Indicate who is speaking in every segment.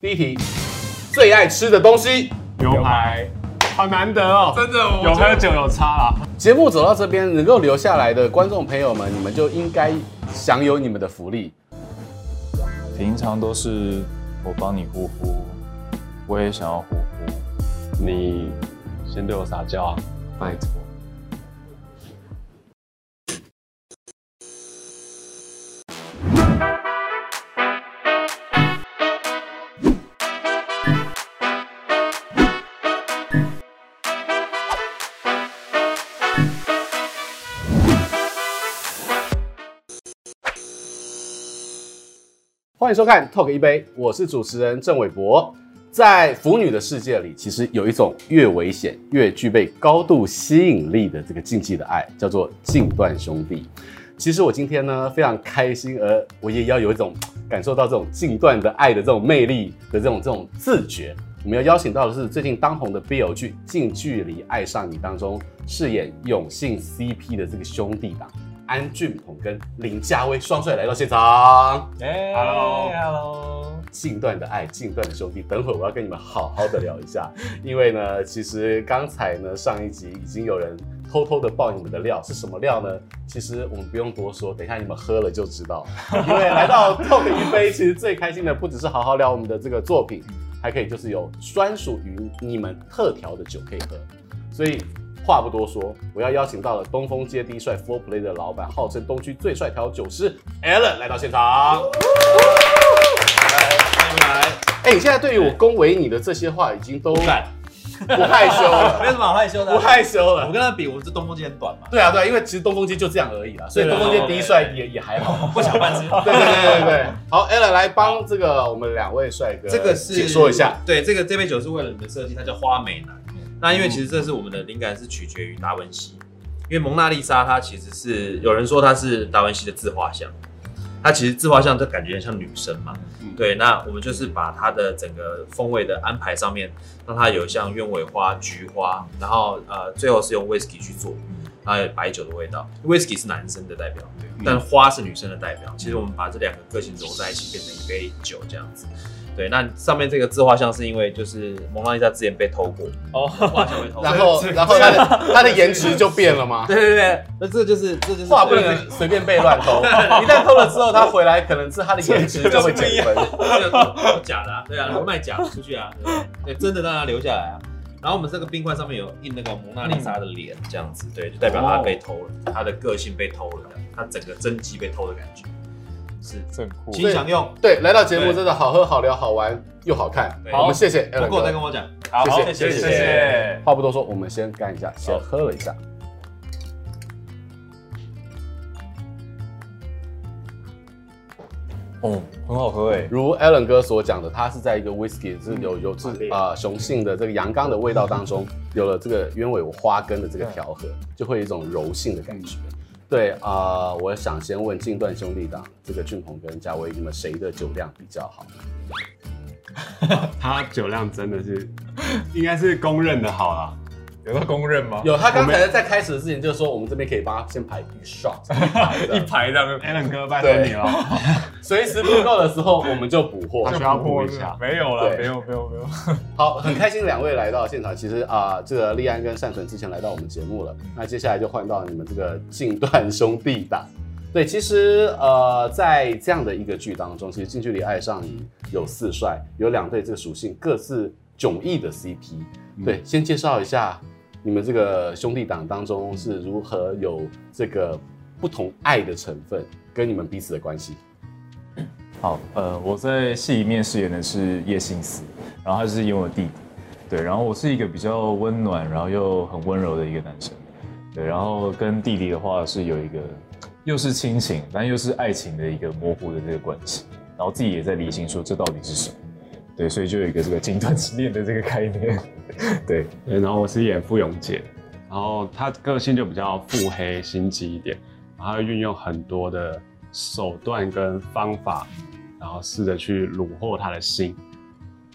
Speaker 1: 第一题，最爱吃的东西。
Speaker 2: 牛排，好难得哦，
Speaker 3: 真的我
Speaker 2: 有
Speaker 3: 觉得
Speaker 2: 喝酒有差啦。
Speaker 1: 节目走到这边，能够留下来的观众朋友们，你们就应该享有你们的福利。
Speaker 4: 平常都是我帮你呼呼，我也想要呼呼。
Speaker 5: 你先对我撒娇啊，拜托。
Speaker 1: 欢迎收看《Talk 一杯》，我是主持人郑伟博。在腐女的世界里，其实有一种越危险越具备高度吸引力的这个禁忌的爱，叫做禁断兄弟。其实我今天呢非常开心，而我也要有一种感受到这种禁断的爱的这种魅力的这种这种自觉。我们要邀请到的是最近当红的 BL 剧《近距离爱上你》当中饰演永信 CP 的这个兄弟档安俊鹏跟林家威双帅来到现场。
Speaker 4: 哎
Speaker 2: Hello
Speaker 4: Hello，
Speaker 1: 近段的爱，近段的兄弟，等会我要跟你们好好的聊一下， 因为呢，其实刚才呢上一集已经有人偷偷的爆你们的料，是什么料呢？其实我们不用多说，等一下你们喝了就知道。 因为来到 Talk 一杯，其实最开心的不只是好好聊我们的这个作品，还可以就是有专属于你们特调的酒可以喝，所以。话不多说，我要邀请到了东风街第一帅 Four Play 的老板，号称东区最帅调酒师 Alan 来到现场。哎、你现在对于我恭维你的这些话，已经都 不
Speaker 3: 敢
Speaker 1: 害羞
Speaker 3: 没
Speaker 1: 了，
Speaker 3: 什么好害羞的啊、
Speaker 1: 不害羞
Speaker 3: 我
Speaker 1: 了。
Speaker 3: 跟他比，我这东风街很短嘛，
Speaker 1: 对啊，对啊，因为其实东风街就这样而已啦，所以
Speaker 3: 对
Speaker 1: 东
Speaker 3: 啊
Speaker 1: 风街第一帅也也还好。
Speaker 3: 不想办事。
Speaker 1: 对对对对对，好 a l a 来帮这个我们两位帅哥
Speaker 3: 这个是
Speaker 1: 解说一下，，
Speaker 3: 对，这个这杯酒是为了你们设计，它叫花美男。那因为其实这是我们的灵感是取决于达文西，因为蒙娜丽莎她其实是有人说她是达文西的自画像，她其实自画像就感觉很像女生嘛。
Speaker 1: 嗯
Speaker 3: 对，那我们就是把它的整个风味的安排上面，让它有像鸢尾花、菊花，然后呃最后是用 whisky 去做。然后有白酒的味道，whisky 是男生的代表，但花是女生的代表。其实我们把这两个个性揉在一起，变成一杯酒这样子。对，那上面这个自画像是因为就是蒙娜丽莎之前被偷过，
Speaker 2: 哦，
Speaker 3: 画像被偷过。
Speaker 1: 然后然后他的他的颜值就变了吗？
Speaker 3: 对对对，那这就是这就是
Speaker 1: 话不能随便被乱偷，一旦偷了之后，他回来可能是他的颜值就会减 分。
Speaker 3: 这个假的、啊，对啊，卖假出去啊，对对，真的让它留下来啊。然后我们这个冰块上面有印那个蒙娜丽莎的脸，这样子，对，就代表她被偷了，她的个性被偷了，她整个真机被偷的感觉，是，
Speaker 4: 真酷。
Speaker 3: 请享用。
Speaker 1: 对，来到节目
Speaker 3: 对
Speaker 1: 真的好喝、好聊、好玩又好看。
Speaker 3: 对
Speaker 1: 我们谢谢 a l
Speaker 3: 不
Speaker 1: a
Speaker 3: 够再跟我讲，
Speaker 2: 好
Speaker 1: 谢，谢
Speaker 2: 谢谢
Speaker 1: 谢谢
Speaker 2: 谢谢。
Speaker 1: 话不多说，我们先干一下，先喝了一下。
Speaker 4: 嗯，很好喝哎。
Speaker 1: 如 Alan 哥所讲的，它是在一个 whisky 是
Speaker 2: 嗯
Speaker 1: 有有是
Speaker 2: 烈
Speaker 1: 啊、呃雄性的这个阳刚的味道当中，有了这个鸢尾花根的这个调和，就会有一种柔性的感觉。
Speaker 2: 嗯
Speaker 1: 对啊、呃我想先问近段兄弟档这个俊鹏跟嘉威，你们谁的酒量比较好？
Speaker 2: 他酒量真的是，应该是公认的好啦。
Speaker 4: 有到公认吗？
Speaker 1: 有，他刚才在开始之前就说，我们这边可以帮他先排一 shot 一排，
Speaker 4: 排这样
Speaker 2: Alan 哥，拜托你了，
Speaker 1: 随时不够的时候我们就补货
Speaker 2: 他。需要补一下。
Speaker 4: 没有了，
Speaker 1: 对
Speaker 4: 没有没有没有。
Speaker 1: 好，很开心两位来到现场。其实啊、这个立安跟善存之前来到我们节目了，那接下来就换到你们这个近段兄弟档。对，其实呃，在这样的一个剧当中，其实《近距离爱上你》有四帅，有两对这个属性各自迥异的 CP。对，先介绍一下你们这个兄弟档当中是如何有这个不同爱的成分跟你们彼此的关系。
Speaker 4: 好，呃，我在戏里面饰演的是叶信思，然后他是演我弟弟，对，然后我是一个比较温暖，然后又很温柔的一个男生，对，然后跟弟弟的话是有一个又是亲情，但又是爱情的一个模糊的这个关系，然后自己也在理清说这到底是什么，对，所以就有一个这 个近段之恋的这个概念， 对，
Speaker 2: 对，然后我是演傅永杰，然后他个性就比较腹黑、心机一点，然后运用很多的手段跟方法，然后试着去虏获他的心。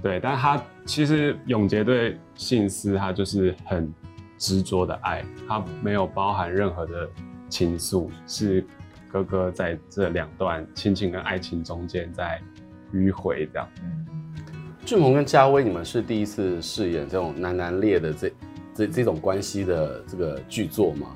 Speaker 2: 对，但他其实永杰对信思，他就是很执着的爱，他没有包含任何的情愫，是哥哥在这两段亲情跟爱情中间在迂回这样。
Speaker 1: 俊鹏跟嘉威，你们是第一次饰演这种男男恋的这这这种关系的这个剧作吗？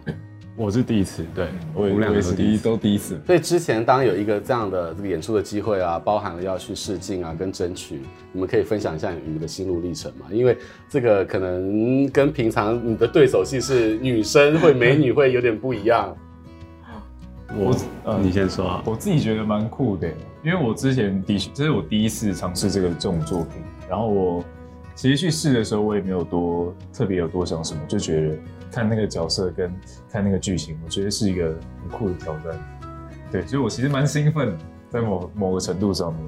Speaker 2: 我是第一次，对，
Speaker 5: 我也
Speaker 2: 们
Speaker 5: 我
Speaker 2: 两个
Speaker 5: 也
Speaker 2: 都
Speaker 5: 是
Speaker 2: 第
Speaker 5: 第
Speaker 2: 一
Speaker 5: 一
Speaker 2: 次。
Speaker 5: 都第一次，
Speaker 1: 所以之前当有一个这样的这个演出的机会啊，包含了要去试镜啊，跟争取，你们可以分享一下你们的心路历程嘛？因为这个可能跟平常你的对手戏是女生会美女会有点不一样。
Speaker 2: 我
Speaker 4: 呃
Speaker 2: 你先说啊，
Speaker 4: 我自己觉得蛮酷的，因为我之前的确这是我第一次尝试这个这种作品，然后我其实去试的时候，我也没有多特别有多想什么，就觉得看那个角色跟看那个剧情，我觉得是一个很酷的挑战。对，所以我其实蛮兴奋的，在某某个程度上面。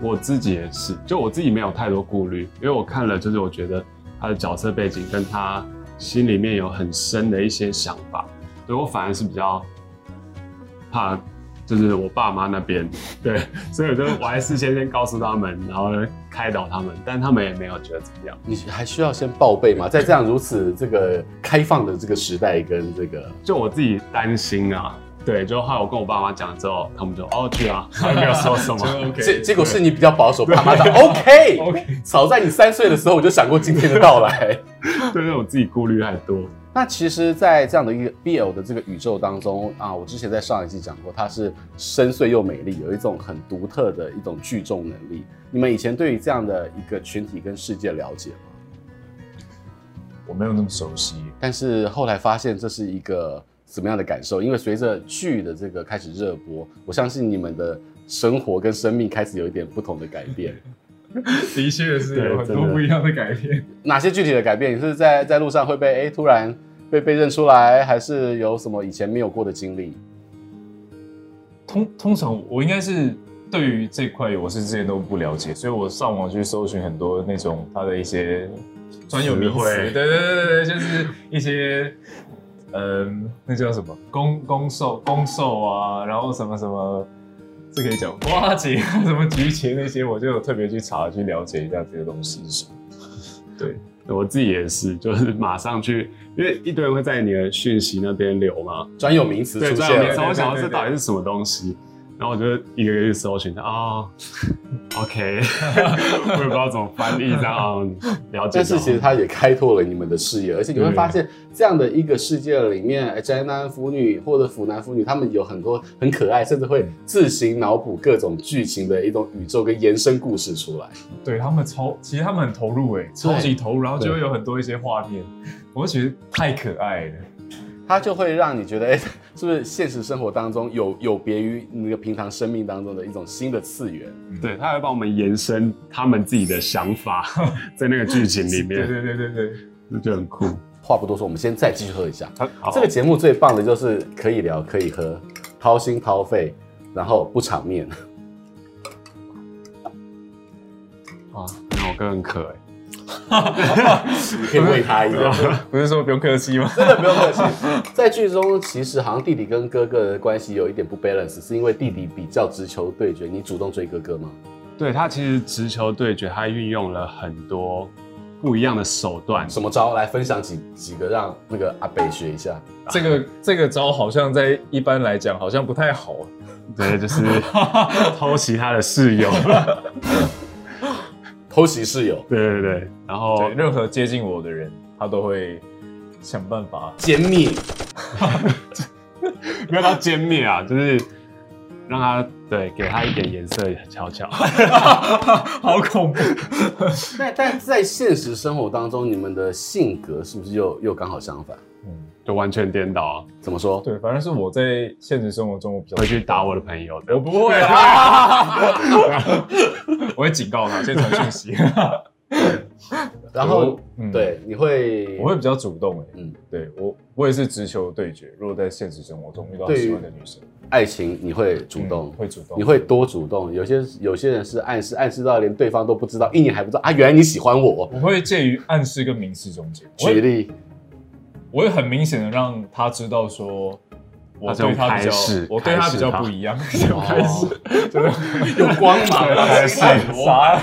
Speaker 2: 我自己也是，就我自己没有太多顾虑，因为我看了，就是我觉得他的角色背景跟他心里面有很深的一些想法，所以我反而是比较怕，就是我爸妈那边，对， 所以我就我还是先先告诉他们，然后呢开导他们，但他们也没有觉得怎么样。
Speaker 1: 你还需要先报备吗？在这样如此这个开放的这个时代跟这个
Speaker 2: 就我自己担心啊，对，就后来我跟我爸妈讲之后，他们就哦去啊，他们没有说 什么。
Speaker 1: 结结果是你比较保守，爸妈讲 OK。早在你三岁的时候，我就想过今天的到来。
Speaker 2: 对，那我自己顾虑太多。
Speaker 1: 那其实，在这样的一个 BL 的这个宇宙当中啊，我之前在上一季讲过，它是深邃又美丽，有一种很独特的一种聚众能力。你们以前对于这样的一个群体跟世界了解吗？
Speaker 4: 我没有那么熟悉，
Speaker 1: 但是后来发现这是一个怎么样的感受？因为随着剧的这个开始热播，我相信你们的生活跟生命开始有一点不同的改变。
Speaker 4: 的确
Speaker 2: 对
Speaker 4: 是有很
Speaker 2: 真
Speaker 4: 多
Speaker 2: 的
Speaker 4: 不一样的改变。
Speaker 1: 哪些具体的改变？你是在在路上会被哎、突然被被认出来，还是有什么以前没有过的经历？
Speaker 4: 通通常我应该是对于这块我是之前都不了解，所以我上网去搜寻很多那种它的一些专有名
Speaker 2: 词
Speaker 4: 词
Speaker 2: 汇，
Speaker 4: 对对对对，就是一些嗯、那叫什么攻攻受攻受啊，然后什么什么。这可以讲瓜姐啊，什么菊茄那些，我就有特别去查去了解一下这个东西是什么。
Speaker 2: 我自己也是，就是马上去，因为一堆人会在你的讯息那边留嘛，
Speaker 1: 专有名词
Speaker 2: 对，
Speaker 1: 出
Speaker 2: 专有名
Speaker 1: 现
Speaker 2: 词，
Speaker 1: 了。
Speaker 2: 我想说这到底是什么东西，然后我就一个一个去搜寻，哦，OK，我也不知道怎么翻译，这样嗯了解
Speaker 1: 但
Speaker 2: 到。
Speaker 1: 是其实它也开拓了你们的视野，而且你会发现这样的一个世界里面，哎宅男腐女或者腐男腐女，他们有很多很可爱，甚至会自行脑补各种剧情的一种宇宙跟延伸故事出来。
Speaker 4: 对他们超，其实他们很投入哎、超级投入，然后就会有很多一些画面，我就觉得太可爱了。
Speaker 1: 它就会让你觉得，哎、 是不是现实生活当中有有别于那个平常生命当中的一种新的次元？
Speaker 2: 对，他会帮我们延伸他们自己的想法， 在那个剧情里
Speaker 4: 对
Speaker 2: 面，
Speaker 4: 对对对对。
Speaker 2: 就觉得很酷。
Speaker 1: 话不多说，我们先再继续喝一下。
Speaker 2: 好
Speaker 1: 这个节目最棒的就是可以聊，可以喝，掏心掏肺，然后不场面。
Speaker 2: 啊，那我哥很渴哎。
Speaker 1: 你可以喂他一下，
Speaker 4: 不是说不用客气吗？
Speaker 1: 真的不用客气。在剧中，其实好像弟弟跟哥哥的关系有一点不 balance，是因为弟弟比较直球对决，你主动追哥哥吗？
Speaker 2: 对他其实直球对决，他运用了很多不一样的手段。
Speaker 1: 什么招？来分享几几个让那个阿北学一下。
Speaker 4: 这个这个招好像在一般来讲好像不太好，
Speaker 2: 对，就是偷袭他的室友。
Speaker 1: 偷袭室友，
Speaker 2: 对对对，然后
Speaker 4: 对，任何接近我的人，他都会想办法。
Speaker 1: 歼灭。
Speaker 2: 不要到歼灭啊，就是让他对给他一点颜色瞧瞧。
Speaker 4: 好恐怖！
Speaker 1: 但但在现实生活当中，你们的性格是不是又又刚好相反？
Speaker 4: 嗯，
Speaker 2: 就完全颠倒啊！
Speaker 1: 怎么说？
Speaker 4: 对，反正是我在现实生活中我比较
Speaker 2: 回去打我的朋友的
Speaker 4: 我，不会啊， 我会警告他，先传讯息。
Speaker 1: 然后、
Speaker 4: 嗯，
Speaker 1: 对你会
Speaker 4: 我会比较主动哎、
Speaker 1: 嗯
Speaker 4: 嗯，对我我也是直球对决。如果在现实生活中遇到
Speaker 1: 对于
Speaker 4: 喜欢的女生，
Speaker 1: 爱情，你会主动，
Speaker 4: 嗯会主动，
Speaker 1: 你会多主动。有些有些人是暗示，暗示到连对方都不知道，一眼还不知道啊，原来你喜欢我。
Speaker 4: 我会介于暗示跟明示中间。我会
Speaker 1: 举例，
Speaker 4: 我会很明显的让他知道说，我
Speaker 2: 他这种
Speaker 4: 对他比
Speaker 2: 开
Speaker 4: 较
Speaker 2: 始，
Speaker 4: 我对他比较
Speaker 2: 开始他哦
Speaker 4: 不一样，这种开 始，
Speaker 1: 用光
Speaker 4: 对开始
Speaker 1: 太
Speaker 4: 啥？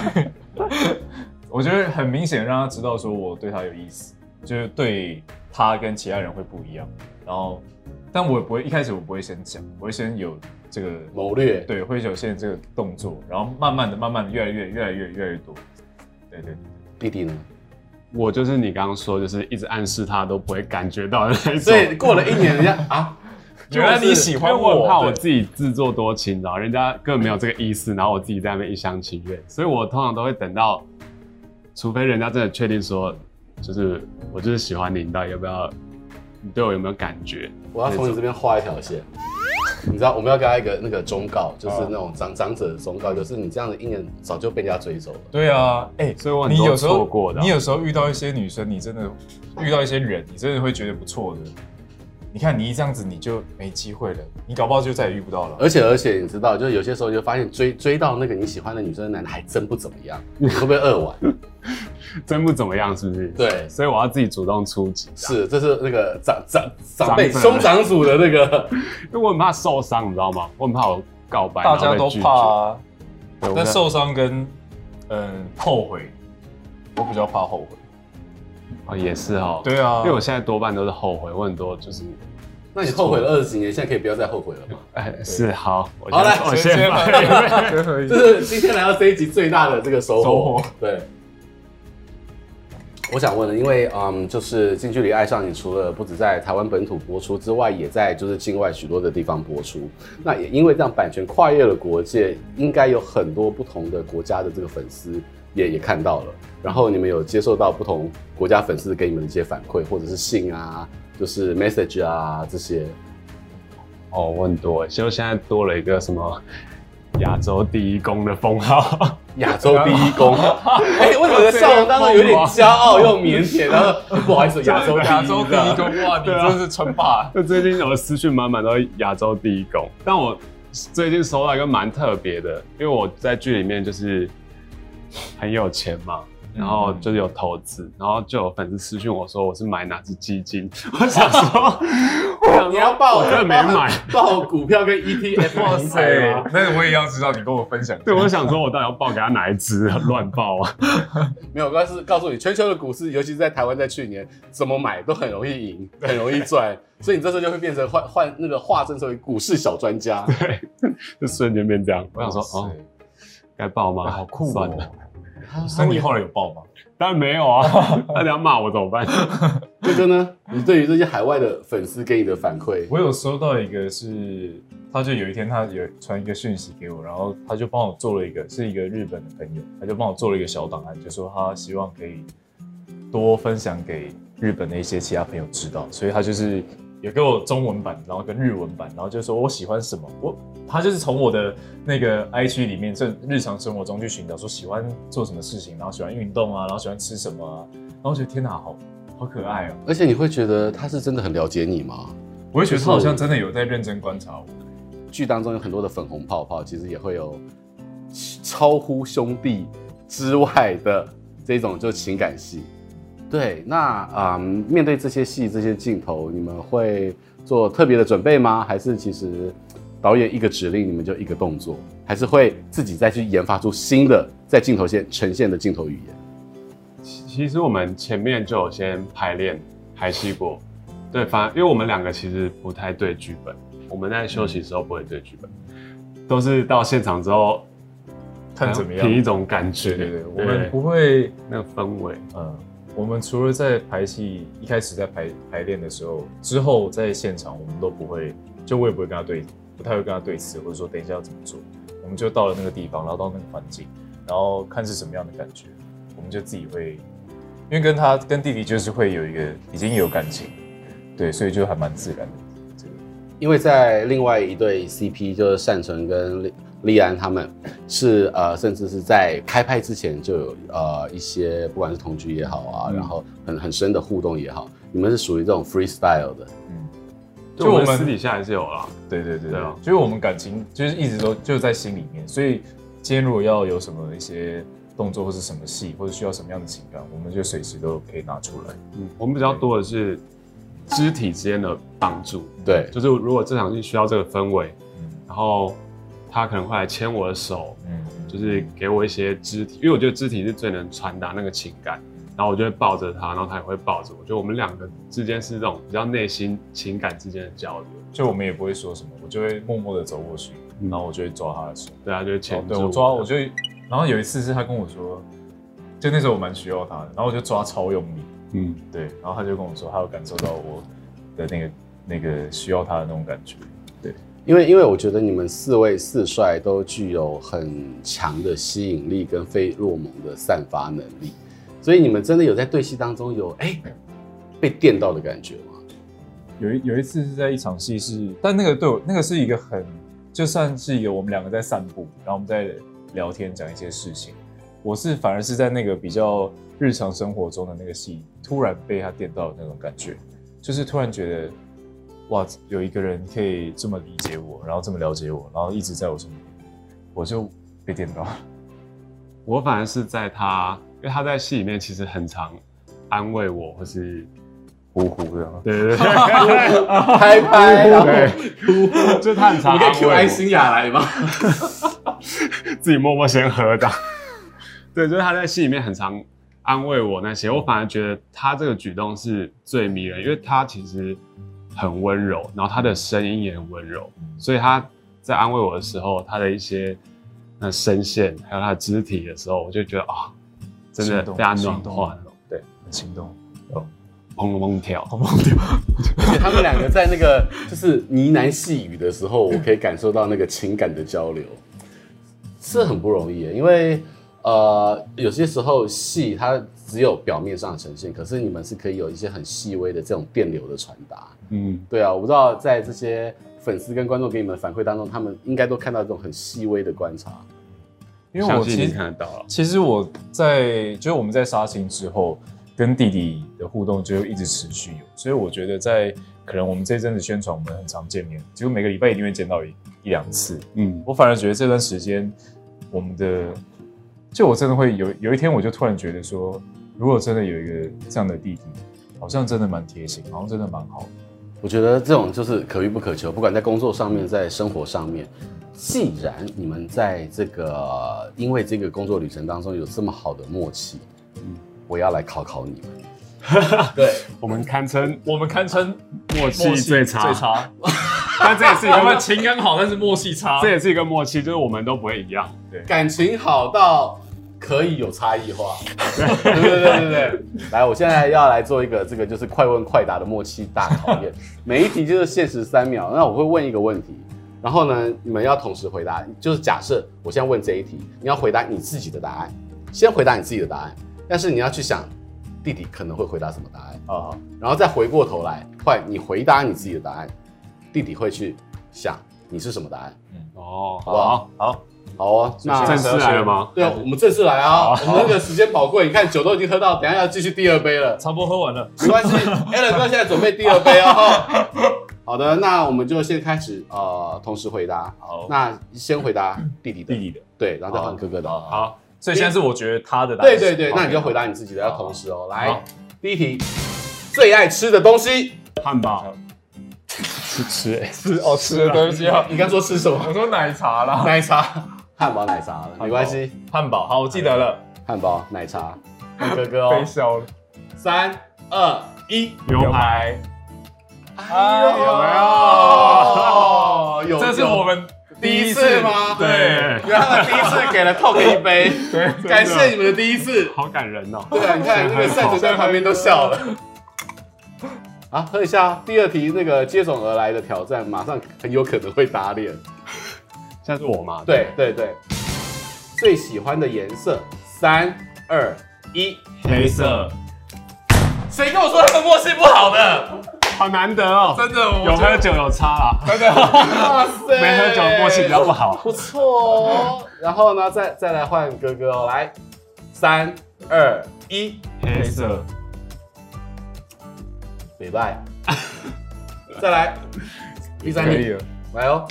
Speaker 4: 我觉得很明显让他知道说我对他有意思，就是对他跟其他人会不一样。然后，但我也不会一开始我不会先讲，我会先有这个
Speaker 1: 谋略。
Speaker 4: 对，会有先这个动作，然后慢慢的、慢慢的越来越、越来越、越来越多。对对，
Speaker 1: 弟弟呢？
Speaker 2: 我就是你刚刚说，就是一直暗示他都不会感觉到的那种。
Speaker 1: 所以过了一年， 人家啊，
Speaker 2: 就是
Speaker 5: 原来你喜欢
Speaker 2: 因为
Speaker 5: 我
Speaker 2: 我，很怕我
Speaker 5: 对
Speaker 2: 自己自作多情，你知道，人家根本没有这个意思，然后我自己在那边一厢情愿，所以我通常都会等到，除非人家真的确定说，就是我就是喜欢你，你到底要不要，你对我有没有感觉？
Speaker 1: 我要从你这边画一条线。你知道我们要给他一个那个忠告，就是那种长长者的忠告，就是你这样的一年早就被人家追走了。
Speaker 4: 对啊，哎、
Speaker 2: 所以我很
Speaker 4: 你
Speaker 2: 多
Speaker 4: 有时
Speaker 2: 哦错
Speaker 4: 候
Speaker 2: 过的啊，
Speaker 4: 你有时候遇到一些女生，你真的遇到一些人，你真的会觉得不错的。你看你一这样子，你就没机会了，你搞不好就再也遇不到了。
Speaker 1: 而且而且你知道，就是有些时候你就发现追追到那个你喜欢的女生的男的还真不怎么样，你会不会扼 腕？
Speaker 2: 真不怎么样，是不是？
Speaker 1: 对
Speaker 2: 所以我要自己主动出击，
Speaker 1: 是，这是那个长长长辈
Speaker 2: 长者
Speaker 1: 兄长组的那 个，
Speaker 2: 因为我很怕受伤，你知道吗？我很怕我告白，
Speaker 4: 大家
Speaker 2: 然后
Speaker 4: 都
Speaker 2: 被拒绝
Speaker 4: 怕啊，
Speaker 2: 对我
Speaker 4: 但
Speaker 2: 在
Speaker 4: 受伤跟嗯后悔，我比较怕后悔。
Speaker 2: 哦也是哦，
Speaker 4: 对啊
Speaker 2: 因为我现在多半都是后悔，我很多就是，
Speaker 1: 那你后悔了二十几年，现在可以不要再后悔了 吗？
Speaker 2: 哎，是好，我
Speaker 1: 好
Speaker 2: 先
Speaker 1: 来
Speaker 2: 我
Speaker 4: 先
Speaker 2: 先
Speaker 4: 买
Speaker 2: 买
Speaker 4: 先喝一
Speaker 1: 这是今天来到这一集最大的这个收获。
Speaker 4: 收
Speaker 2: 哦
Speaker 4: 获
Speaker 1: 对，我想问的，因为嗯，就是《近距离爱上你》除了不止在台湾本土播出之外，也在就是境外许多的地方播出。那也因为这样版权跨越了国界，应该有很多不同的国家的这个粉丝也也看到了。然后你们有接受到不同国家粉丝给你们的一些反馈，或者是信啊，就是 message 啊这 些。
Speaker 2: 哦，我很多耶，就现在多了一个什么亚洲第一公的封号，
Speaker 1: 亚洲第一公， 哎、为什么笑容当中有点骄傲又腼腆？然后 不好意思，亚洲第一
Speaker 4: 亚洲第一个， 哇，你
Speaker 2: 对啊
Speaker 4: 真的是称霸。
Speaker 2: 就最近我的私讯满满都是亚洲第一公，但我最近收到一个蛮特别的，因为我在剧里面就是很有钱嘛。然后
Speaker 4: 嗯
Speaker 2: 就是有投资，然后就有粉丝私讯我说我是买哪只基金， 我想说，我想
Speaker 1: 你
Speaker 2: 说
Speaker 1: 要报
Speaker 2: 我真的没买，
Speaker 1: 报股票跟 ETF，
Speaker 4: 哇
Speaker 1: 哇
Speaker 4: 塞
Speaker 1: 塞！，
Speaker 4: 那我也要知道，你跟我分享一下。
Speaker 2: 对，我想说我到底要报给他哪一只， 乱报啊！
Speaker 1: 没有，我是告诉你，全球的股市，尤其是在台湾，在去年怎么买都很容易 赢，很容易赚，所以你这时候就会变成换换那个化身成为股市小专家。
Speaker 2: 就瞬间变这样，我
Speaker 4: 哇
Speaker 2: 想
Speaker 4: 塞，
Speaker 2: 说哦，该报吗？
Speaker 4: 哇好酷
Speaker 2: 算了
Speaker 4: 哦。 那你后来有报吗？
Speaker 2: 当然没有啊，那你要骂我怎么办？
Speaker 1: 哥哥呢？你对于这些海外的粉丝给你的反馈，
Speaker 4: 我有收到一个是，他就有一天他有传一个讯息给我，然后他就帮我做了一个，是一个日本的朋友，他就帮我做了一个小档案，就说他希望可以多分享给日本的一些其他朋友知道，所以他就是有给我中文版，然后跟日文版，然后就说我喜欢什么，我他就是从我的那个 I 区里面，这日常生活中去寻找说喜欢做什么事情，然后喜欢运动啊，然后喜欢吃什么啊，然后我觉得天哪，好好可爱哦、
Speaker 1: 而且你会觉得他是真的很了解你吗？
Speaker 4: 我会觉得他好像真的有在认真观察我。
Speaker 1: 剧当中有很多的粉红泡泡，其实也会有超乎兄弟之外的这种就情感戏。对，那嗯，面对这些戏、这些镜头，你们会做特别的准备吗？还是其实导演一个指令，你们就一个动作，还是会自己再去研发出新的在镜头先呈现的镜头语言？
Speaker 2: 其其实我们前面就有先排练排戏过，对，反因为我们两个其实不太对剧本，我们在休息的时候不会对剧本，都是到现场之后
Speaker 4: 看怎么样
Speaker 2: 凭一种感觉，
Speaker 4: 对对对，我们不会，
Speaker 2: 那个氛围，
Speaker 4: 呃，我们除了在排戏一开始在排排练的时候，之后在现场我们都不会，就我也不会跟他对，不太会跟他对词，或者说等一下要怎么做，我们就到了那个地方，然后到那个环境，然后看是什么样的感觉，我们就自己会，因为跟他跟弟弟就是会有一个已经有感情，对，所以就还蛮自然的。这个
Speaker 1: 因为在另外一对 CP 就是单纯跟利利安他们是呃，甚至是在开拍之前就有呃一些不管是同居也好啊，
Speaker 4: 嗯
Speaker 1: 然后很很深的互动也好，你们是属于这种 freestyle 的，
Speaker 4: 嗯，就
Speaker 2: 就我们
Speaker 4: 我们
Speaker 2: 私底下还是有啦，
Speaker 4: 对对对
Speaker 2: 对啊
Speaker 4: 就是我们感情就是一直都就是在心里面，所以今天如果要有什么一些动作或是什么戏，或者需要什么样的情感，我们就随时都可以拿出来。
Speaker 2: 嗯，我们比较多的是肢体之间的帮助，
Speaker 1: 对，
Speaker 2: 就是如果这场戏需要这个氛围，
Speaker 4: 嗯
Speaker 2: 然后他可能会来牵我的手，
Speaker 4: 嗯，
Speaker 2: 就是给我一些肢体，因为我觉得肢体是最能传达那个情感。然后我就会抱着他，然后他也会抱着我。就我们两个之间是这种比较内心情感之间的交流。
Speaker 4: 就我们也不会说什么，我就会默默的走过去，
Speaker 2: 嗯
Speaker 4: 然后我就会抓他的手，
Speaker 2: 对啊，就是牵
Speaker 4: 哦
Speaker 2: 住、
Speaker 4: 对我抓我就会，然后有一次是他跟我说，就那时候我蛮需要他的，然后我就抓超用力，
Speaker 2: 嗯，
Speaker 4: 对，然后他就跟我说，他有感受到我的那个那个需要他的那种感觉，
Speaker 1: 因为因为我觉得你们四位四帅都具有很强的吸引力跟费洛蒙的散发能力，所以你们真的有在对戏当中有哎、被电到的感觉吗？
Speaker 4: 有一有一次是在一场戏是，但那个对我那个是一个很，就算是一个我们两个在散步，然后我们在聊天讲一些事情。我是反而是在那个比较日常生活中的那个戏，突然被他电到的那种感觉，就是突然觉得，哇，有一个人可以这么理解我，然后这么了解我，然后一直在我身边，我就被电到了。
Speaker 2: 我反而是在他，因为他在戏里面其实很常安慰我，或是
Speaker 4: 呼呼的，
Speaker 2: 对对对，
Speaker 1: 拍拍，然后
Speaker 2: 对，就是他很常
Speaker 1: 你可以
Speaker 2: 安
Speaker 1: Q 安
Speaker 2: 慰
Speaker 1: 心雅来吗？
Speaker 2: 我，自己默默先喝的。 对，就是他在戏里面很常安慰我那些，我反而觉得他这个举动是最迷人，因为他其实很温柔，然后他的声音也很温柔，所以他在安慰我的时候，他的一些那声线还有他的肢体的时候，我就觉得啊、真的
Speaker 4: 心动
Speaker 2: 被他
Speaker 4: 心
Speaker 2: 暖
Speaker 4: 动
Speaker 2: 化了，对，
Speaker 4: 很心动，
Speaker 2: 砰砰砰跳。
Speaker 4: 好不好？
Speaker 1: 而且他们两个在那个 就是呢喃细语的时候，我可以感受到那个情感的交流，是很不容易耶。因为呃，有些时候戏它只有表面上的呈现，可是你们是可以有一些很细微的这种电流的传达。
Speaker 2: 嗯，
Speaker 1: 对啊，我不知道在这些粉丝跟观众给你们的反馈当中，他们应该都看到这种很细微的观察。
Speaker 4: 因为
Speaker 2: 相
Speaker 4: 我
Speaker 2: 信
Speaker 4: 其
Speaker 2: 你
Speaker 4: 实
Speaker 2: 看得到了。
Speaker 4: 其实我在就是我们在杀青之后，跟弟弟的互动就一直持续有，所以我觉得在可能我们这阵子宣传，我们很常见面，几乎每个礼拜一定会见到一一两次。
Speaker 2: 嗯，
Speaker 4: 我反而觉得这段时间，我们的就我真的会有有一天，我就突然觉得说，如果真的有一个这样的弟弟，好像真的蛮贴心，好像真的蛮好的。
Speaker 1: 我觉得这种就是可遇不可求，不管在工作上面，在生活上面。既然你们在这个因为这个工作旅程当中有这么好的默契，我要来考考你们。
Speaker 3: 对，
Speaker 2: 我们堪称
Speaker 5: 我们堪称
Speaker 2: 默契最差，
Speaker 5: 最差，
Speaker 2: 但这也是一
Speaker 5: 我们
Speaker 2: 个，
Speaker 5: 情感好，但是默契差
Speaker 2: 这。也是一个默契，就是我们都不会一样。
Speaker 1: 感情好到可以有差异化，对对对对对。来，我现在要来做一个这个就是快问快答的默契大考验，每一题就是限时三秒。那我会问一个问题，然后呢，你们要同时回答。就是假设我现在问这一题，你要回答你自己的答案，先回答你自己的答案，但是你要去想弟弟可能会回答什么答案，
Speaker 4: 啊，
Speaker 1: 然后再回过头来，换你回答你自己的答案，弟弟会去想你是什么答案。
Speaker 2: 哦，
Speaker 1: 哇
Speaker 2: 好，
Speaker 1: 好哦，那
Speaker 2: 正式来了吗？
Speaker 1: 对啊，我们正式来啊！我们那个时间宝贵，你看酒都已经喝到，等一下要继续第二杯了，
Speaker 4: 差不多喝完了。
Speaker 1: 没关系 a l a n 哥现在准备第二杯哦。哈好的，那我们就先开始呃，同时回答。
Speaker 4: 好，
Speaker 1: 那先回答弟弟的，
Speaker 4: 弟弟的，
Speaker 1: 对，然后再换哥哥的。
Speaker 2: 好，
Speaker 4: 所以现在是我觉得他的答案
Speaker 1: 对对
Speaker 4: 是。
Speaker 1: 对，
Speaker 4: 好
Speaker 1: 那你就回答你自己的，要同时哦。来
Speaker 2: 好，
Speaker 1: 第一题，最爱吃的东西，
Speaker 2: 汉堡，吃吃，哎
Speaker 4: 吃哦吃了，对不起啊，
Speaker 1: 你刚说吃什么？
Speaker 4: 我说 奶茶啦。
Speaker 1: 奶茶，汉堡奶茶，没关系，
Speaker 4: 汉堡，好，我记得了，
Speaker 1: 汉堡奶茶，换哥哥
Speaker 4: 被
Speaker 1: 哦。
Speaker 4: 笑了。
Speaker 1: 三二一，
Speaker 2: 牛排，
Speaker 4: 排，
Speaker 1: 哎
Speaker 4: 呦
Speaker 1: 呦，有
Speaker 4: 这是我们
Speaker 1: 第一次吗？
Speaker 4: 对，
Speaker 1: 原来他们第一次给了 Talk 一杯， 对，感谢你们的第一次。
Speaker 2: 好感人哦。
Speaker 1: 对啊，你看那个赛主在旁边都笑了。 啊，喝一下啊。第二题那个接踵而来的挑战，马上很有可能会打脸。
Speaker 2: 现在是我嘛？
Speaker 1: 对对对，最喜欢的颜色，三二一，
Speaker 2: 黑色，
Speaker 3: 谁跟我说他们默契不好的？
Speaker 2: 好难得哦。
Speaker 3: 真的，我
Speaker 2: 有
Speaker 3: 觉得
Speaker 2: 喝酒有差啦，
Speaker 1: 哇塞
Speaker 2: 没喝酒默契比较不好。啊
Speaker 1: 不错哦。然后呢，再再来换哥哥哦，来，三二一，
Speaker 2: 黑色，
Speaker 1: 北 拜，再来第三题，
Speaker 4: 了。
Speaker 1: 来哦，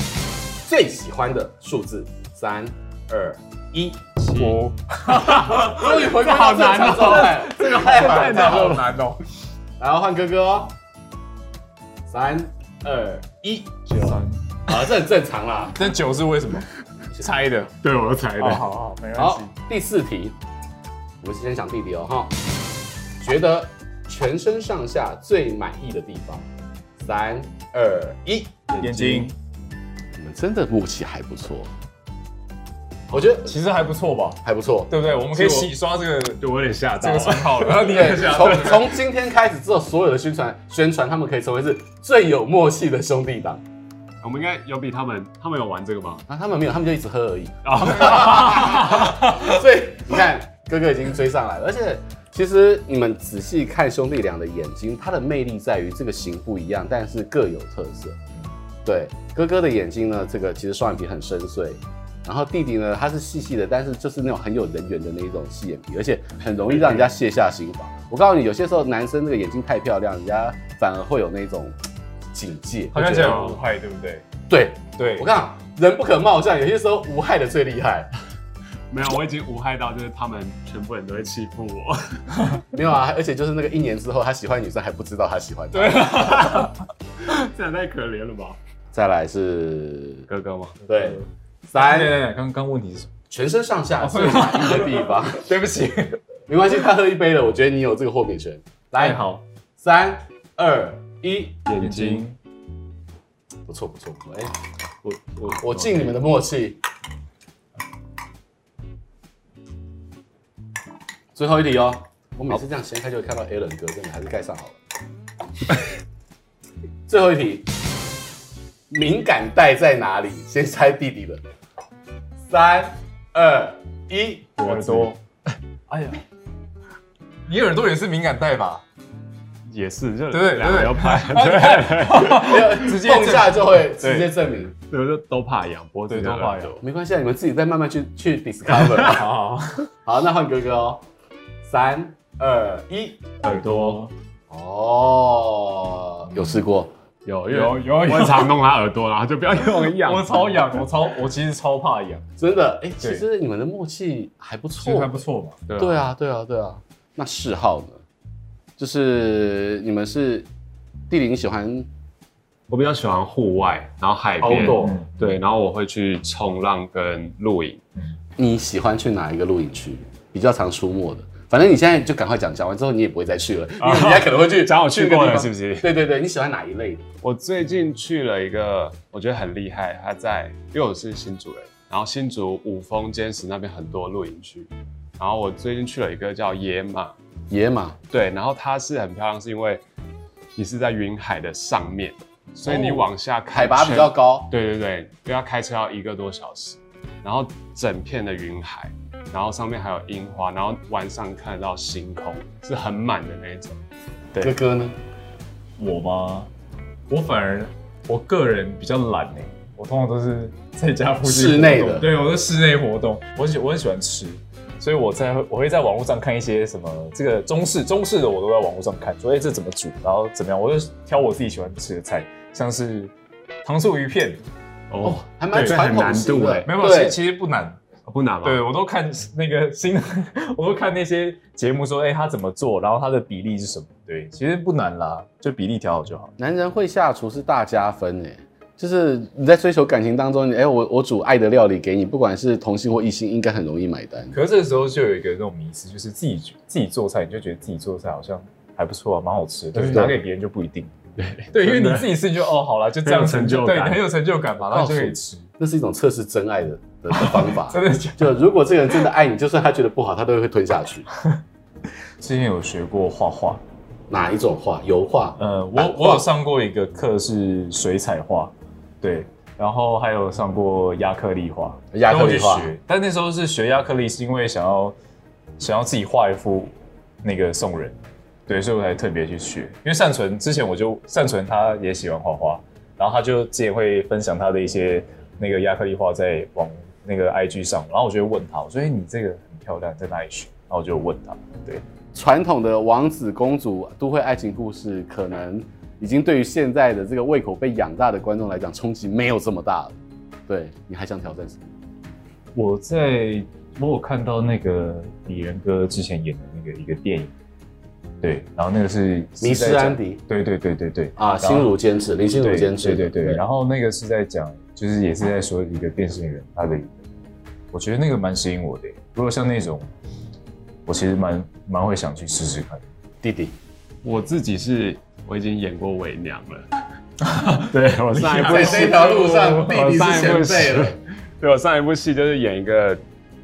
Speaker 1: 最喜欢的数字三二一，
Speaker 2: 五，
Speaker 1: 终于回归到正常状态，这个太
Speaker 4: 太
Speaker 1: 难
Speaker 4: 难
Speaker 1: 了。
Speaker 4: 了，难哦。
Speaker 1: 然后换哥哥哦，三二一，
Speaker 4: 九，
Speaker 1: 啊，这很正常啦。
Speaker 4: 那九是为什么？猜的。
Speaker 2: 对我猜的，
Speaker 4: 哦好好，没
Speaker 1: 好，第四题，我们先想弟弟哦哈，觉得全身上下最满意的地方，三二一，
Speaker 4: 眼睛，
Speaker 1: 你们真的默契还不错。我觉得
Speaker 4: 其实还不错吧，
Speaker 1: 还不错。
Speaker 4: 对不对？我们可以
Speaker 2: 是我
Speaker 4: 洗刷这个
Speaker 2: 就我有点吓
Speaker 4: 这
Speaker 2: 到啊
Speaker 4: 个
Speaker 2: 了
Speaker 4: 称。号了。然后 你
Speaker 1: 对
Speaker 4: 也，想
Speaker 1: 从从今天开始，之后所有的宣传宣传，他们可以成为是最有默契的兄弟党。
Speaker 2: 我们应该有比他们，他们有玩这个吗？哦
Speaker 1: 啊，他们没有，他们就一直喝而已。
Speaker 2: 啊，
Speaker 1: 所以你看，哥哥已经追上来了，而且其实你们仔细看兄弟俩的眼睛，它的魅力在于这个型不一样，但是各有特色。对，哥哥的眼睛呢，这个其实双眼皮很深邃。然后弟弟呢，他是细细的，但是就是那种很有人缘的那一种细眼皮，而且很容易让人家卸下心防。我告诉你，有些时候男生这个眼睛太漂亮，人家反而会有那种警戒。
Speaker 4: 好像
Speaker 1: 就觉得
Speaker 4: 讲无害，对不对？
Speaker 1: 对，
Speaker 4: 对
Speaker 1: 我，跟你讲，人不可貌相，有些时候无害的最厉害。
Speaker 2: 没有，我已经无害到，就是他们全部人都会欺负我。
Speaker 1: 没有啊，而且就是那个一年之后，他喜欢的女生还不知道他喜欢他。
Speaker 2: 这也太可怜了吧？
Speaker 1: 再来是
Speaker 2: 哥哥吗？
Speaker 1: 对
Speaker 4: 哎，对
Speaker 1: 三
Speaker 4: 对对，刚刚问题是什么？
Speaker 1: 全身上下最满意的地方，
Speaker 4: 哦 对不起，
Speaker 1: 没关系，他喝一杯了，我觉得你有这个豁免权。来，
Speaker 4: 哎好，
Speaker 1: 三二一，
Speaker 4: 眼睛
Speaker 1: 不错不错不错，哎、
Speaker 2: 我我
Speaker 1: 我敬你们的默契。最后一题哦，我每次这样掀开就会看到 a l n 哥，真的还是盖上好了。 最后一题，敏感带在哪里？先猜弟弟的，三二一，
Speaker 4: 耳朵。哎呀，你耳朵也是敏感带吧？
Speaker 2: 也是，就
Speaker 4: 对对
Speaker 2: 两个
Speaker 4: 对
Speaker 2: 都怕，对
Speaker 1: 没有
Speaker 4: 直接
Speaker 1: 碰一下就会
Speaker 2: 对
Speaker 1: 直接证明，
Speaker 2: 对，我就都怕痒，脖子
Speaker 4: 对，
Speaker 2: 跟
Speaker 4: 都怕
Speaker 2: 耳朵
Speaker 4: 有。
Speaker 1: 没关系，啊，你们自己再慢慢去去 discover。
Speaker 4: 好好，
Speaker 1: 好，那换哥哥哦，三二一，
Speaker 2: 耳朵
Speaker 1: 哦，有
Speaker 2: 嗯
Speaker 1: 试过。
Speaker 2: 有，因为
Speaker 4: 有有
Speaker 2: 我
Speaker 4: 有
Speaker 2: 很，常弄他耳朵，然后就不要用痒。
Speaker 4: 我超痒，我超我其实超怕痒，
Speaker 1: 真的，哎、其
Speaker 4: 对
Speaker 1: 实你们的默契还不
Speaker 4: 其实
Speaker 1: 错，
Speaker 4: 还不。错嘛。
Speaker 2: 对
Speaker 1: 对啊，对啊，对啊。那嗜好呢？就是你们是弟弟，你喜欢
Speaker 2: 我比较喜欢户外，然后海边
Speaker 1: Outdoor
Speaker 4: 嗯
Speaker 2: 对，然后我会去冲浪跟露营。
Speaker 1: 你喜欢去哪一个露营区？比较常出没的，反正你现在就赶快讲，讲完之后你也不会再去了，因为人家可能会去
Speaker 2: 啊 讲我去过
Speaker 1: 那个
Speaker 2: 了，
Speaker 1: 地方
Speaker 2: 是不是？
Speaker 1: 对对对，你喜欢哪一类的？
Speaker 2: 我最近去了一个，我觉得很厉害，它在，因为我是新竹人，然后新竹五峰坚石那边很多露营区，然后我最近去了一个叫野马，
Speaker 1: 野马，
Speaker 2: 对，然后它是很漂亮，是因为你是在云海的上面，所以你
Speaker 1: 哦
Speaker 2: 往下看、
Speaker 1: 海拔比较，高，
Speaker 2: 对对对，因为要开车要一个多小时，然后整片的云海，然后上面还有樱花，然后晚上看得到星空，是很满的那一种。
Speaker 1: 哥哥呢？
Speaker 4: 我吗？我反而我个人比较懒哎、我通常都是在家附近
Speaker 1: 室内的
Speaker 4: 活动对我是室内活动。我喜我很喜欢吃，所以我在我会在网络上看一些什么这个中式中式的，我都在网络上看，说哎、这怎么煮，然后怎么样，我就挑我自己喜欢吃的菜，像是糖醋鱼片，
Speaker 2: 哦，
Speaker 1: 还蛮
Speaker 2: 对
Speaker 1: 传
Speaker 2: 很
Speaker 1: 统
Speaker 2: 难
Speaker 1: 型
Speaker 2: 度
Speaker 1: 的
Speaker 2: 哎，
Speaker 4: 没有，其实其实不难。
Speaker 1: 哦
Speaker 2: 不难吧？
Speaker 4: 对，我都看那个新的， 我都看那些节目说，哎、他怎么做，然后他的比例是什么？对，其实不难啦，就比例调好就好。
Speaker 1: 男人会下厨是大加分哎，就是你在追求感情当中，你哎、我我煮爱的料理给你，不管是同性或异性，应该很容易买单。
Speaker 4: 可是这个时候就有一个那种迷思，就是自己自己做菜，你就觉得自己做菜好像还不错啊，蛮好吃的，但是拿给别人就不一定。对，因为你自己吃你就哦，好了，就这样子
Speaker 2: 很有成就
Speaker 4: 对，
Speaker 2: 感
Speaker 4: 你很有成就感嘛，然后就可以吃。
Speaker 1: 那是一种测试真爱的的的方法。
Speaker 4: 真的假
Speaker 1: 就如果这个人真的爱你，就算他觉得不好，他都会吞下去。
Speaker 4: 的？之前有学过画画，
Speaker 1: 哪一种画？油画？
Speaker 4: 呃，
Speaker 1: 版
Speaker 4: 我
Speaker 1: 画
Speaker 4: 我有上过一个课是水彩画，对，然后还有上过亚克力画，
Speaker 1: 亚克力画
Speaker 4: 都有去学，但那时候是学亚克力是因为想要想要自己画一幅那个送人，对，所以我才特别去学。因为善存之前我就善存他也喜欢画画，然后他就之前会分享他的一些那个亚克力画在网那个 IG 上，然后我就会问他，我说：“哎、你这个很漂亮，在哪里学？”然后我就问他，对，
Speaker 1: 传统的王子公主都会爱情故事，可能已经对于现在的这个胃口被养大的观众来讲，冲击没有这么大了。对你还想挑战什么？
Speaker 4: 我在我有看到那个李仁哥之前演的那个一个电影，对，然后那个是
Speaker 1: 迷失安
Speaker 4: 迪，
Speaker 1: 迪
Speaker 4: 对对对对对
Speaker 1: 啊，心如坚持，林心如
Speaker 4: 对
Speaker 1: 坚持，
Speaker 4: 对对对，然后那个是在讲，就是也是在说一个变性人他的一个，我觉得那个蛮吸引我的耶。如果像那种，我其实蛮蛮会想去试试 看。
Speaker 1: 弟弟。
Speaker 2: 我自己是我已经演过伪娘了，对我上一部
Speaker 1: 在这条路上，弟弟是前辈了。
Speaker 2: 对我上一部戏就是演一个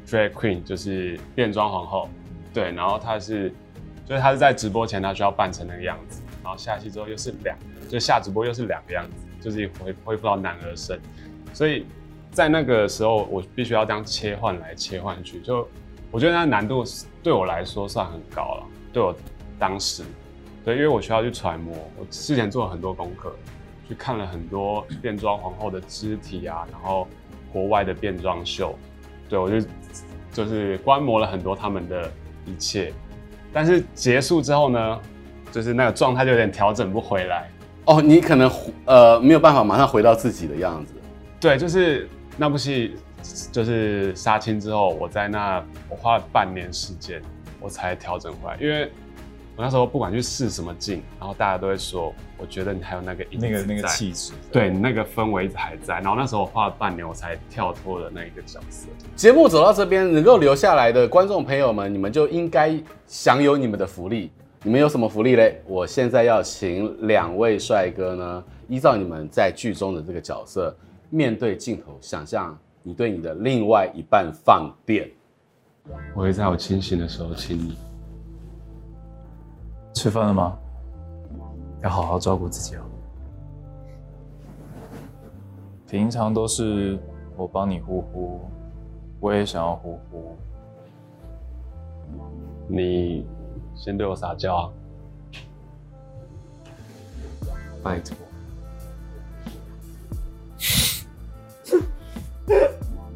Speaker 2: drag queen，就是变装皇后。对，然后她是，就是她是在直播前她需要扮成那个样子，然后下戏之后又是两，就下直播又是两个样子，就是恢恢复到男儿身。所以在那个时候，我必须要这样切换来切换去，就我觉得那难度是对我来说算很高了，对我当时，对，因为我需要去揣摩，我之前做了很多功课，去看了很多变装皇后的肢体啊，然后国外的变装秀，对我就就是观摩了很多他们的一切，但是结束之后呢，就是那个状态就有点调整不回来，
Speaker 1: 哦，你可能呃没有办法马上回到自己的样子。
Speaker 2: 对，就是那部戏，就是杀青之后，我在那我花了半年时间，我才调整回来。因为我那时候不管去试什么镜，然后大家都会说，我觉得你还有那个影子
Speaker 4: 那个那个
Speaker 2: 在
Speaker 4: 气质，
Speaker 2: 对，你那个氛围还在。然后那时候我花了半年，我才跳脱了那一个角色。
Speaker 1: 节目走到这边，能够留下来的观众朋友们，你们就应该享有你们的福利。你们有什么福利嘞？我现在要请两位帅哥呢，依照你们在剧中的这个角色，面对镜头，想象你对你的另外一半放电。
Speaker 2: 我会在我清醒的时候亲你。
Speaker 4: 吃饭了吗？要好好照顾自己哦。平常都是我帮你呼呼，我也想要呼呼。
Speaker 2: 你先对我撒娇啊！
Speaker 5: 拜托，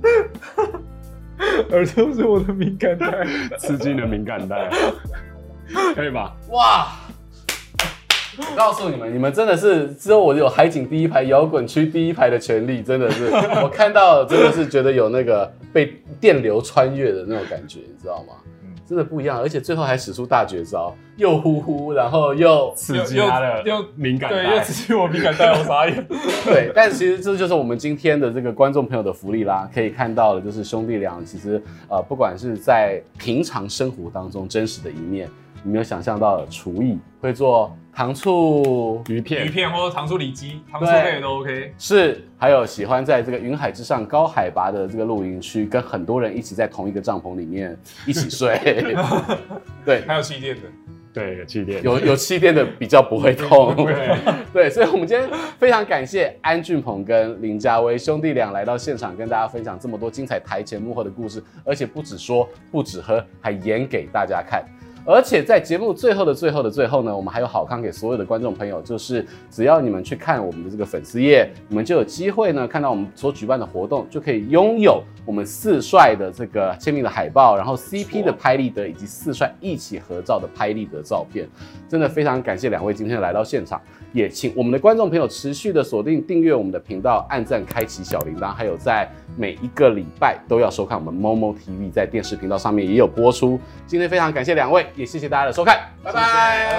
Speaker 4: 耳朵是我的敏感带。
Speaker 2: 刺激你的敏感 带，可以吧？
Speaker 1: 哇！我告诉你们，你们真的是只有我有海景第一排、摇滚区第一排的权利，真的是我看到真的是觉得有那个被电流穿越的那种感觉，你知道吗？真的不一样，而且最后还使出大绝招，又呼呼，然后又
Speaker 2: 刺激他的
Speaker 4: 又又
Speaker 2: 敏感带。
Speaker 4: 对，又只是我敏感 带，我傻眼。
Speaker 1: 对，但其实这就是我们今天的这个观众朋友的福利啦。可以看到了，就是兄弟俩其实呃，不管是在平常生活当中真实的一面，你没有想象到的厨艺会做糖醋
Speaker 2: 鱼片，
Speaker 6: 鱼片或者糖醋里脊、糖醋
Speaker 1: 对
Speaker 6: 类都 OK。
Speaker 1: 是，还有喜欢在这个云海之上高海拔的这个露营区，跟很多人一起在同一个帐篷里面一 起睡。对，
Speaker 6: 还有气垫的，
Speaker 2: 对，有气垫。
Speaker 1: 有有气垫的比较不会痛。
Speaker 2: 对，
Speaker 1: 对，所以我们今天非常感谢安俊鹏跟林家威兄弟俩来到现场，跟大家分享这么多精彩台前幕后的故事，而且不止说，不止喝，还演给大家看。而且在节目最后的最后的最后呢，我们还有好康给所有的观众朋友，就是只要你们去看我们的这个粉丝页，你们就有机会呢看到我们所举办的活动，就可以拥有我们四帅的这个签名的海报，然后 CP 的拍立得以及四帅一起合照的拍立得照片。真的非常感谢两位今天来到现场，也请我们的观众朋友持续的锁定订阅我们的频道，按赞、开启小铃铛，还有在每一个礼拜都要收看我们 MOMO TV 在电视频道上面也有播出。今天非常感谢两位，也谢谢大家的收看，拜拜，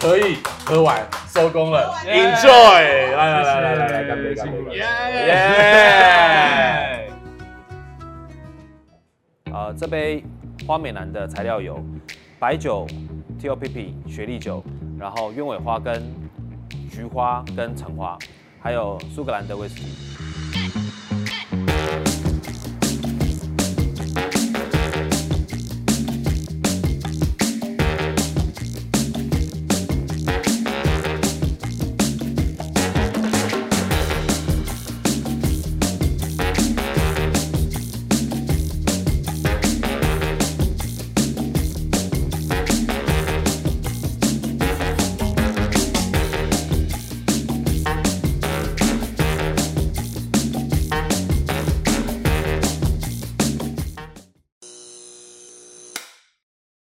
Speaker 1: 可以喝完收工了，Enjoy，来来来来来来，干杯干杯！耶！
Speaker 7: 呃，这杯花美男的材料有白酒、TOPP 雪莉酒，然后鸢尾花跟菊花跟橙花，还有苏格兰的威士忌。